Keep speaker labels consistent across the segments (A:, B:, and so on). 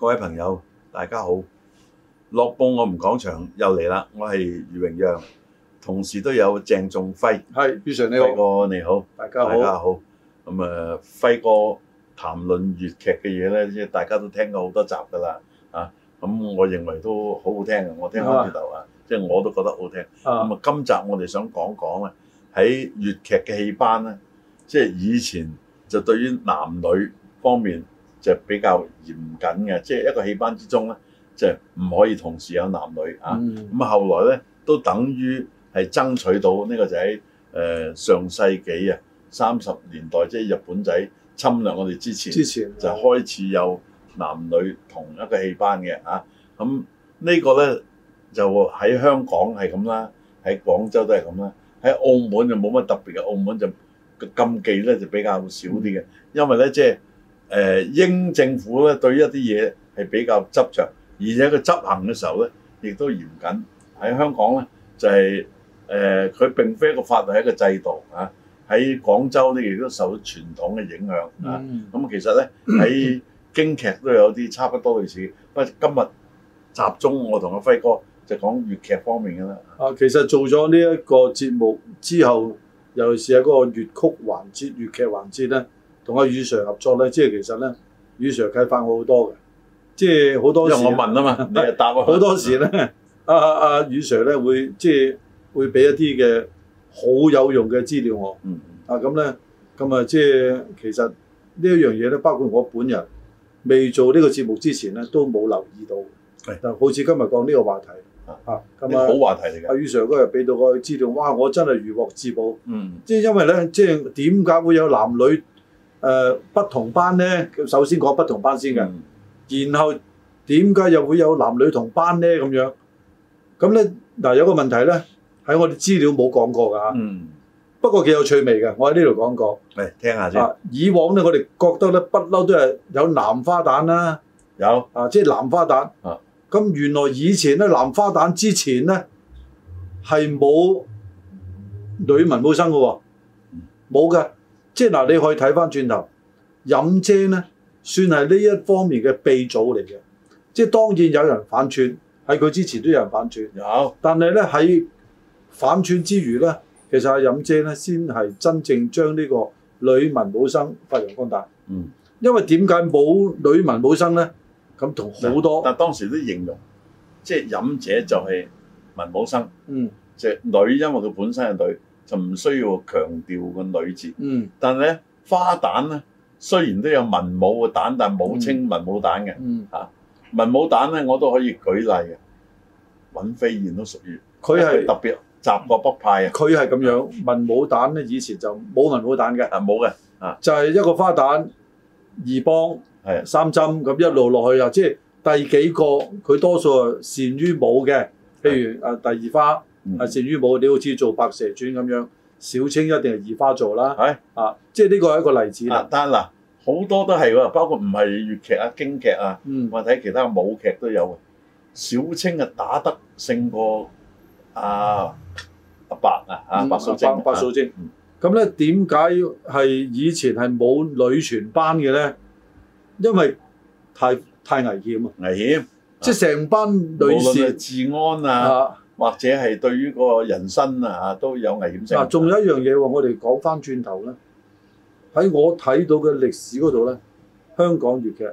A: 位朋友，大家好！樂報我們講場又嚟啦，我係余榮陽，同時都有鄭仲輝。
B: 係，余 Sir 你好，
A: 輝哥你好，
B: 大家
A: 大家
B: 好。
A: 好。咁啊，輝哥談論粵劇嘅嘢咧，即係大家都聽過好多集㗎啦。啊，咁我認為都好好聽嘅，我聽翻轉頭啊，即係我都覺得好聽。
B: 啊，
A: 咁啊，今集我哋想講講咧，喺粵劇嘅戲班咧，即係以前就對於男女方面就比較嚴謹嘅，即係一個戲班之中咧，就唔可以同時有男女啊。
B: 嗯，
A: 咁後來咧都等於係爭取到呢個就喺誒上世紀啊三十年代，即係日本仔侵略我哋之前，
B: 之前啊
A: 就開始有男女同一個戲班嘅嚇。咁、呢個呢，就喺香港係咁啦，喺廣州都係咁啦，喺澳門就冇乜特別嘅，澳門就禁忌呢就比較少啲嘅，因為呢，即係誒英政府呢對一啲嘢係比較執着，而且佢執行嘅時候呢亦都嚴謹。喺香港呢，就係誒佢並非一個法律，係一個制度啊。喺廣州呢，亦都受到傳統嘅影響啊。
B: 嗯
A: 咁其 實咧喺京劇都有啲差不多類似，不過今日集中我同阿輝哥就講粵劇方面嘅啦。
B: 啊，其實做咗呢一個節目之後，尤其是喺嗰個粵曲環節、粵劇環節咧，同阿余 Sir 合作咧，即係其實咧，余 Sir 啟發我好多嘅，即係 好
A: 因
B: 多
A: 為
B: 時
A: 我問啊嘛，你係答啊。
B: 好多時啊咧，阿阿阿余 Sir 咧會即係會俾一啲嘅好有用嘅資料我。
A: 嗯，
B: 啊咁咧，咁啊即係其實呢一樣嘢咧，包括我本人未做呢個節目之前咧，都冇留意到。
A: 係
B: 但好似今日講呢個話題
A: 啊
B: 啊，
A: 呢
B: 咁
A: 個
B: 啊，
A: 好話題嚟
B: 阿
A: 嘅。
B: 宇 Sir 嗰日俾到個資料，哇！我真係如獲至寶。
A: 嗯，
B: 即係因為咧，即係點解會有男女誒、呃不同班咧？首先講不同班先嘅，
A: 嗯
B: 然後點解又會有男女同班咧？咁樣咁咧嗱，有個問題咧喺我哋資料冇講過㗎嚇，
A: 嗯，
B: 不過幾有趣味嘅，我喺呢度講過。
A: 嚟聽下先。
B: 啊，以往咧，我哋覺得咧，不嬲都係有南花旦啦，
A: 有
B: 啊，即係南花旦。
A: 啊，
B: 咁原來以前咧，南花旦之前咧係冇女文武生嘅喎
A: 嗯，
B: 冇嘅。即係嗱，你可以睇翻轉頭，飲姐咧算係呢一方面嘅鼻祖嚟嘅。即係當然有人反串，喺佢之前都有人反串，
A: 有，
B: 但係咧喺反串之餘咧，其實阿飲姐咧先係真正將呢個女文武生發揚光大。
A: 嗯，
B: 因為點解冇女文武生咧？咁同好多
A: 但當時都形容，即係飲者就係文武生，
B: 嗯
A: 即係女，因為佢本身係女，就唔需要強調個女字。
B: 嗯
A: 但係咧花旦咧，雖然都有文武嘅旦，但冇稱文武旦嘅。
B: 嗯，
A: 文武蛋咧，我都可以舉例嘅。尹飛燕都屬於，
B: 佢係
A: 特別習過北派啊，
B: 佢係咁樣文武旦咧，以前就冇文武旦嘅，
A: 啊冇嘅，
B: 就係、一個花旦、二幫、
A: 係啊
B: 三針咁一路落去啊！即係第幾個佢多數係善於武嘅，譬如啊第二花。
A: 嗯
B: 啊，善於武，你好似做白蛇傳咁樣，小青一定係二花做啦。
A: 係
B: 啊，即係呢個係一個例子啦。
A: 啊但係嗱好多都係喎，包括唔係粵劇啊、京劇啊，
B: 嗯，
A: 我睇其他舞劇都有嘅。小青啊打得勝過啊阿白啊啊
B: 嗯
A: 白素貞
B: 白白素貞
A: 嗯。
B: 咁咧點解係以前係冇女全班嘅咧？因為太太危險啊！
A: 啊危險，
B: 即係成班
A: 無
B: 女
A: 論係
B: 士
A: 治安啊，
B: 啊
A: 或者係對於個人身啊啊都有危險性。
B: 嗱，仲有一樣嘢喎，我哋講翻轉頭咧，喺我睇到嘅歷史嗰度咧，香港粵劇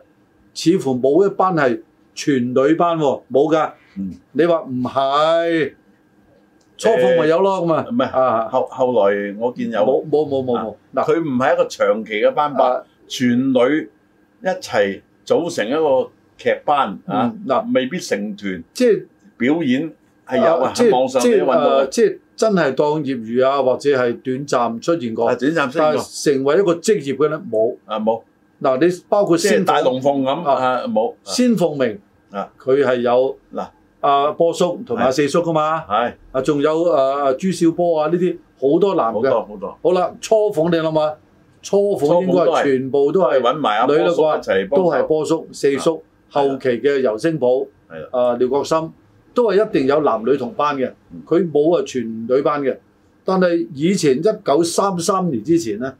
B: 似乎冇一班係全女班喎，冇㗎。
A: 嗯
B: 你話唔係初鳳咪有咯咁啊？
A: 唔係
B: 啊，
A: 後後來我見有，啊
B: 冇冇冇冇冇嗱，
A: 佢唔係一個長期嘅班霸。
B: 啊
A: 全女一齊組成一個劇班啊，
B: 嗯嗱，
A: 未必成團
B: 即係
A: 表演係有啊，
B: 即
A: 喺網
B: 係
A: 上
B: 即
A: 你
B: 係呃
A: 揾到
B: 誒，
A: 嘅
B: 即係真係當業餘啊，或者係短暫出現
A: 啊，
B: 過，
A: 短暫識
B: 但
A: 過
B: 係成為一個職業嘅咧冇
A: 啊冇，
B: 嗱，你包括
A: 即係
B: 仙
A: 大
B: 鳳
A: 龍鳳咁啊冇，
B: 仙鳳鳴
A: 啊，
B: 佢係有
A: 嗱
B: 阿波叔同埋阿四叔噶嘛，
A: 係
B: 啊仲有誒朱少波啊呢啲好多男
A: 好
B: 嘅，
A: 多好多，
B: 好啦，初鳳你諗下，初鳳應該
A: 初鳳都係
B: 係全部都
A: 都係
B: 係。
A: 揾埋阿
B: 女
A: 波
B: 啦
A: 叔一
B: 啩
A: 齊幫
B: 都係
A: 手，
B: 波叔、四叔，
A: 係
B: 後
A: 啦
B: 期嘅尤星普、
A: 係啦
B: 啊廖國森，都係一定有男女同班嘅
A: 嗯，
B: 佢冇啊全女班嘅。但係以前一九三三年之前咧，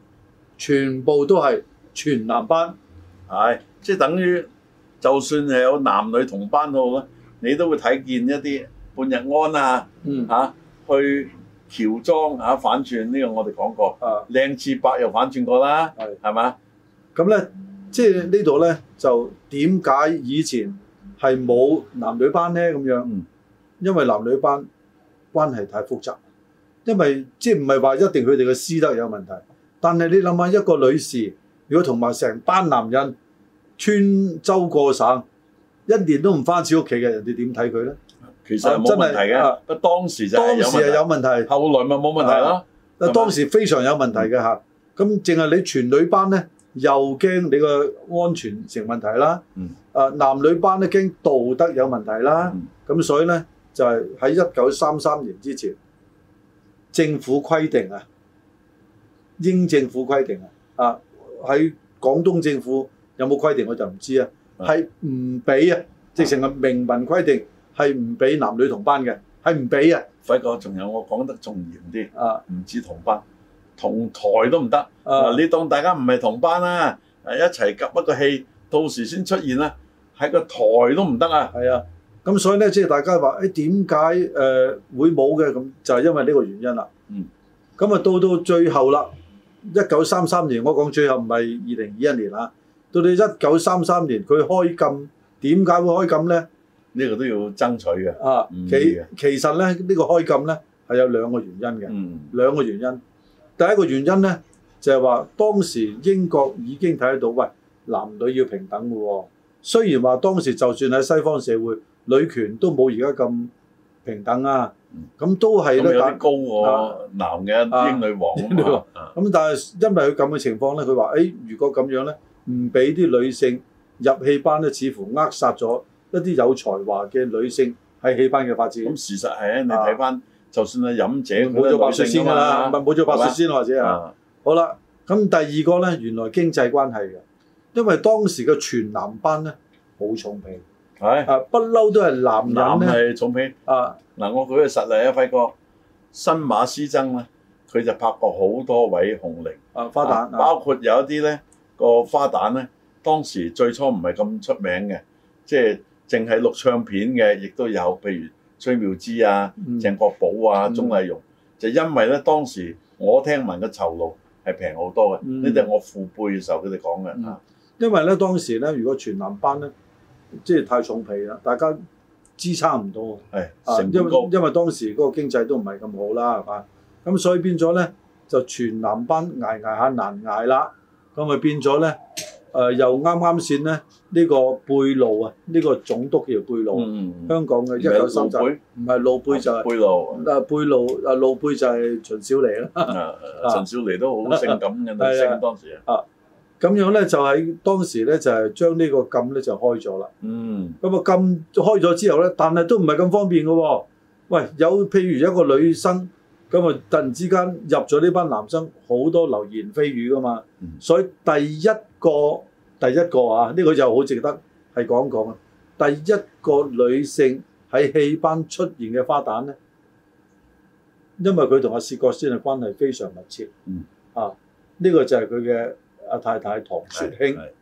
B: 全部都係全男班，
A: 係即係等於就算係有男女同班都好啦，啊你都會睇見一啲半日安啊
B: 嗯
A: 嚇、去喬裝嚇、反轉呢、個我哋講過，
B: 啊。
A: 靚次伯又反轉過啦，
B: 係
A: 係嘛？
B: 咁咧，即係呢度咧就點解以前係冇男女班咧咁樣？
A: 嗯
B: 因為男女班關係太複雜，因為即係唔係話一定佢哋嘅私德有問題，但係你諗下一個女士，如果同埋成班男人穿州過省，一年都唔翻次屋企嘅，人哋點睇佢咧？
A: 其實係
B: 啊
A: 冇
B: 真
A: 問
B: 係
A: 題嘅
B: 啊，
A: 不過當時就
B: 當
A: 係
B: 時
A: 有
B: 係有啊
A: 問題，
B: 問題。
A: 後來咪冇問題咯。係嘛
B: 嗱，當時非常有問題嘅嚇。咁淨係你全女班咧，又驚你個安全成問題啦。
A: 嗯。
B: 啊，男女班咧驚道德有問題啦
A: 嗯。
B: 咁、所以咧就係喺一九三三年之前，政府規定啊，英政府規定啊，啊喺廣東政府有冇規定我就唔知啊，
A: 嗯
B: 係唔俾啊，直情係明文規定係唔俾男女同班嘅，係唔俾啊。
A: 輝哥仲有我講得仲嚴啲，
B: 啊
A: 唔止同班，同台都唔得。
B: 啊
A: 嗱，你當大家唔係同班啦，誒一齊夾一個戲，到時先出現啦，喺個台都唔得啊！
B: 係啊，咁所以咧，即係大家話誒點解誒會冇嘅咁，就係因為呢個原因啦。
A: 嗯。
B: 咁啊，到到最後啦，一九三三年，我講最後唔係二零二一年啦，到到一九三三年佢開禁，點解會開禁咧？
A: 呢個都要爭取嘅。
B: 啊，
A: 嗯
B: 其其實咧，呢、個開禁咧係有兩個原因嘅。
A: 嗯，
B: 兩個原因。第一個原因咧，就係、話當時英國已經睇得到，喂，男女要平等嘅喎、雖然話當時就算喺西方社會，女權都冇而家咁平等啊
A: 嗯，
B: 咁都啊係
A: 咁
B: 咧。
A: 有
B: 但
A: 啲高我男嘅英女王
B: 英女王
A: 啊嘛，
B: 咁但係因為佢咁嘅情況咧，佢話：，誒、如果咁樣咧，唔俾啲女性入戲班咧，似乎扼殺咗一啲有才華嘅女性喺戲班嘅發展。
A: 咁事實係啊，你睇翻，就算係飲者，
B: 冇咗白雪仙㗎啦，咪
A: 㗎
B: 冇咗白雪仙或者啊。
A: 啊，
B: 好啦，咁第二個咧，原來經濟關係嘅，因為當時嘅全男班咧好重皮，
A: 係
B: 啊不嬲都係
A: 男
B: 男人咧
A: 係重片。
B: 啊
A: 嗱，我舉個實例啊，輝哥，新馬師曾咧，佢就拍過好多位紅伶。
B: 啊花旦啊
A: 包括有一啲咧個花旦咧，當時最初唔係咁出名嘅，即係淨係錄唱片嘅，亦都有，譬如崔妙芝啊、
B: 嗯
A: 鄭國寶啊、
B: 嗯
A: 鍾麗蓉，就因為咧當時我聽聞嘅酬勞係平好多嘅，
B: 嗯
A: 呢啲係我父輩嘅時候佢哋講嘅
B: 嗯
A: 啊，
B: 因為咧當時咧如果全男班咧，即係太重皮啦，大家支撐唔到
A: 係
B: 啊，
A: 成
B: 因
A: 本
B: 為
A: 高，
B: 因為當時嗰個經濟都唔係咁好啦，係嘛？咁所以變咗咧就全男班捱捱下難捱啦，咁咪變咗咧誒又啱啱先咧呢個貝路啊，呢、個總督叫貝啊路。
A: 嗯，
B: 香港嘅一九三集，唔係露背就係、
A: 背路
B: 啊貝露啊露背就係秦小麗啦。
A: 啊，陳小妮都好性感嘅女
B: 係
A: 星
B: 啊
A: 當時啊，
B: 咁樣咧就喺當時咧就係、將呢個禁咧就開咗啦。
A: 嗯，
B: 咁啊禁開咗之後咧，但係都唔係咁方便嘅喎、喂，有譬如一個女生咁啊，突然之間入咗呢班男生，好多流言蜚語噶嘛。
A: 嗯
B: 所以第一個第一個啊，呢、個就好值得係講講啊。第一個女性喺戲班出現嘅花旦咧，因為佢同阿薛覺先嘅關係非常密切。
A: 嗯
B: 啊，呢、個就係佢嘅阿太太唐雪
A: 係
B: 卿。
A: 係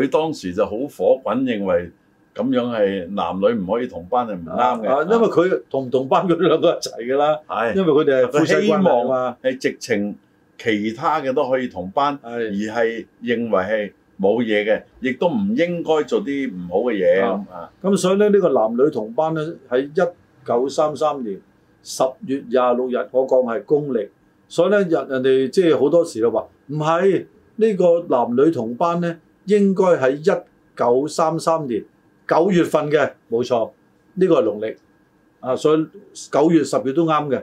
A: 佢當時就好火滾，認為咁樣係男女唔可以同班係唔啱嘅。
B: 啊，因為佢同唔同班佢哋兩個一齊㗎啦，
A: 係
B: 因為佢哋係夫妻關係啊嘛。
A: 係直情其他嘅都可以同班，而
B: 係
A: 係認為係冇嘢嘅，亦都唔應該做啲唔好嘅嘢咁啊。
B: 咁，所以咧呢、呢個男女同班咧喺一九三三年十月廿六日，我講係公歷，所以咧人人哋即係好多時都話唔係呢個男女同班咧，應該喺一九三三年九月份嘅，冇錯，呢、個係農曆啊，所以九月十月都啱嘅。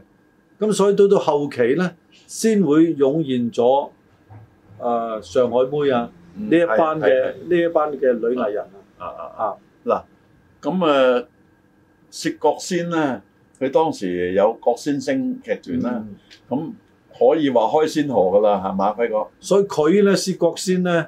B: 咁所以到到後期咧，先會湧現咗誒、呃上海妹啊
A: 嗯
B: 呢一班
A: 係係
B: 嘅呢一班嘅女藝人
A: 啊
B: 啊。
A: 啊啊！嗱，咁啊，薛覺先咧，佢當時有國先星劇團啦，
B: 嗯
A: 咁可以話開先河噶啦，係嘛，輝哥？
B: 所以佢咧，薛覺先咧，誒、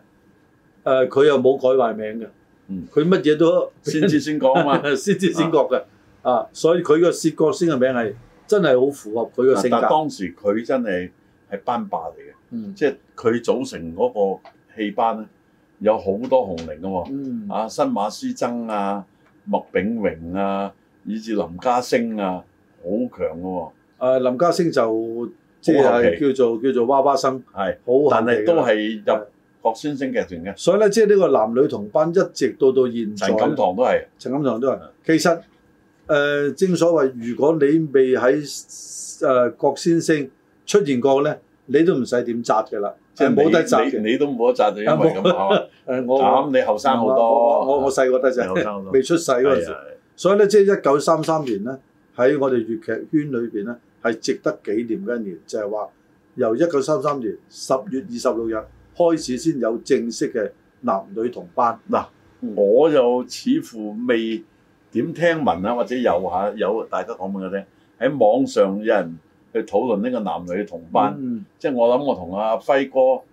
B: 佢又冇改壞名嘅
A: 嗯，
B: 佢乜嘢都
A: 先至先講啊嘛。
B: 先知先覺嘅，啊，所以佢個薛覺先嘅名係真係好符合佢個
A: 嗱
B: 性
A: 但係
B: 格，
A: 當時佢真係係班霸嚟嘅，
B: 嗯
A: 即係佢組成嗰個戲班咧，有好多紅伶嘅喎，
B: 嗯，
A: 啊新馬師曾啊、麥炳榮啊，以至林家聲啊，好強嘅喎，
B: 誒啊林家聲就即
A: 好後期
B: 係叫做叫做娃娃生，
A: 係，
B: 好後期㗎啦
A: 但係都係入郭先生劇團嘅，
B: 所以咧，即係呢個男女同班一直到到現在
A: 陳錦堂都係，
B: 陳錦堂都係。其實誒、呃正所謂，如果你未喺誒郭先生出現過咧，你都唔使點扎嘅啦，即係冇得扎
A: 你
B: 嘅。誒、
A: 你你都冇得扎就因為咁啊，
B: 我
A: 咁你後生好
B: 我我我
A: 多
B: 我，細個得
A: 你後
B: 啫，
A: 生好多
B: 未，出世嗰陣
A: 係
B: 時。
A: 啊
B: 所以咧，即係一九三三年咧，喺我哋粵劇圈裏邊咧，係值得紀念嘅一年，就係、話由一九三三年十月二十六日開始先有正式嘅男女同班。
A: 我又似乎未點聽聞啊，或者有嚇有大家講俾我聽，喺網上有人去討論呢個男女同班，
B: 嗯
A: 即係我諗我同阿輝哥，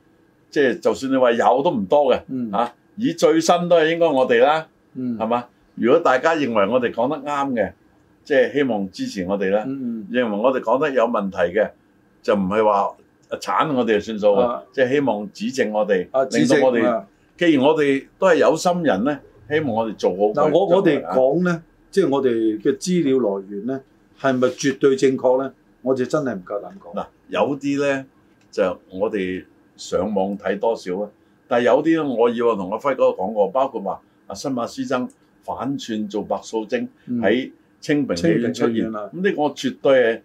A: 即係就算你話有都唔多嘅
B: 嗯
A: 嚇、啊以最新都係應該我哋啦，
B: 嗯
A: 係嘛？如果大家認為我哋講得啱嘅，即係希望支持我哋啦。
B: 嗯
A: 認為我哋講得有問題嘅，就唔係話鏟我哋就算數啊
B: 啊，
A: 即係希望指正我哋，
B: 啊，
A: 令
B: 指正
A: 到我哋。
B: 啊
A: 既然我哋都係有心人咧，希望我哋做好佢。
B: 嗱，我我哋
A: 啊
B: 講咧，即係我哋嘅資料來源咧，係咪絕對正確咧？我哋真係唔夠膽講。
A: 嗱，有啲咧就我哋上網睇多少啊，但係有啲咧，我以往同阿輝哥講過，包括話阿新馬師曾反串做白素貞
B: 嗯
A: 喺清平戲院出現，
B: 清平戲院
A: 咁
B: 啊
A: 呢個我絕對係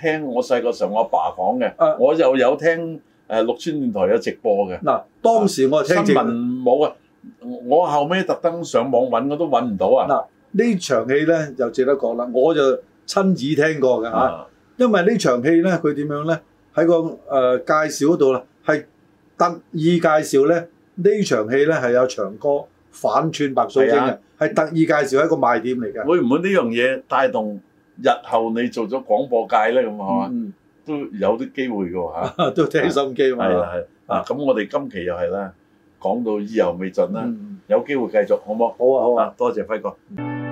A: 聽我細個時候我阿爸講
B: 啊
A: 嘅，我又有聽誒六川電台嘅直播嘅
B: 嗱，當時我
A: 新
B: 係聽正
A: 聞冇啊，我後尾特登上網揾我都揾唔到啊，
B: 嗱呢場戲咧，就值得講啦。我就親耳聽過嘅嚇。
A: 啊
B: 因為呢場戲咧，佢點樣咧？喺個誒、呃介紹嗰度啦，係特意介紹咧呢場戲咧係有長歌反串白素貞
A: 係
B: 嘅
A: 啊，
B: 係、特意介紹一個賣點嚟嘅。
A: 會唔會呢樣嘢帶動日後你做咗廣播界咧？咁係嘛，
B: 嗯，
A: 都有啲機會嘅喎嚇。
B: 都聽心機嘛。
A: 係啦，係啊，咁我哋今期又係啦，講到意猶未盡啦，
B: 嗯，
A: 有機會繼續好唔好？
B: 好啊，好啊。
A: 啊，多謝輝哥。